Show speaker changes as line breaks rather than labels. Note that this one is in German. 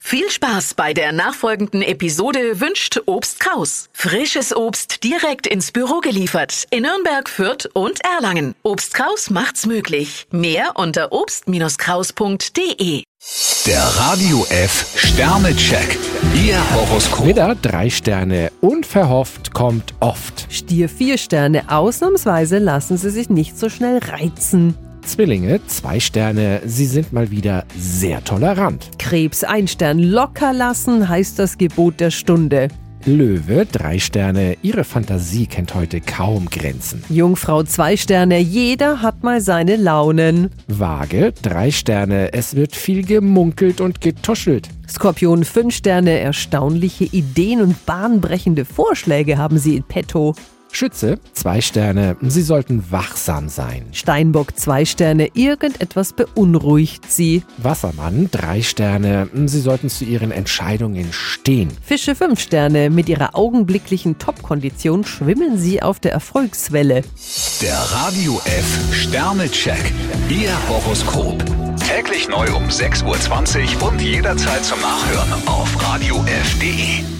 Viel Spaß bei der nachfolgenden Episode wünscht Obst Kraus. Frisches Obst direkt ins Büro geliefert in Nürnberg, Fürth und Erlangen. Obst Kraus macht's möglich. Mehr unter obst-kraus.de.
Der Radio F Sternecheck. Ihr Horoskop.
Widder, drei Sterne. Unverhofft kommt oft.
Stier vier Sterne. Ausnahmsweise lassen Sie sich nicht so schnell reizen.
Zwillinge, zwei Sterne. Sie sind mal wieder sehr tolerant.
Krebs ein Stern. Locker lassen heißt das Gebot der Stunde.
Löwe, drei Sterne. Ihre Fantasie kennt heute kaum Grenzen.
Jungfrau zwei Sterne. Jeder hat mal seine Launen.
Waage, drei Sterne. Es wird viel gemunkelt und getuschelt.
Skorpion fünf Sterne. Erstaunliche Ideen und bahnbrechende Vorschläge haben Sie in petto.
Schütze, zwei Sterne. Sie sollten wachsam sein.
Steinbock zwei Sterne. Irgendetwas beunruhigt Sie.
Wassermann, drei Sterne. Sie sollten zu Ihren Entscheidungen stehen.
Fische fünf Sterne. Mit Ihrer augenblicklichen Top-Kondition schwimmen Sie auf der Erfolgswelle.
Der Radio F Sternecheck. Ihr Horoskop. Täglich neu um 6.20 Uhr und jederzeit zum Nachhören auf Radio radiof.de.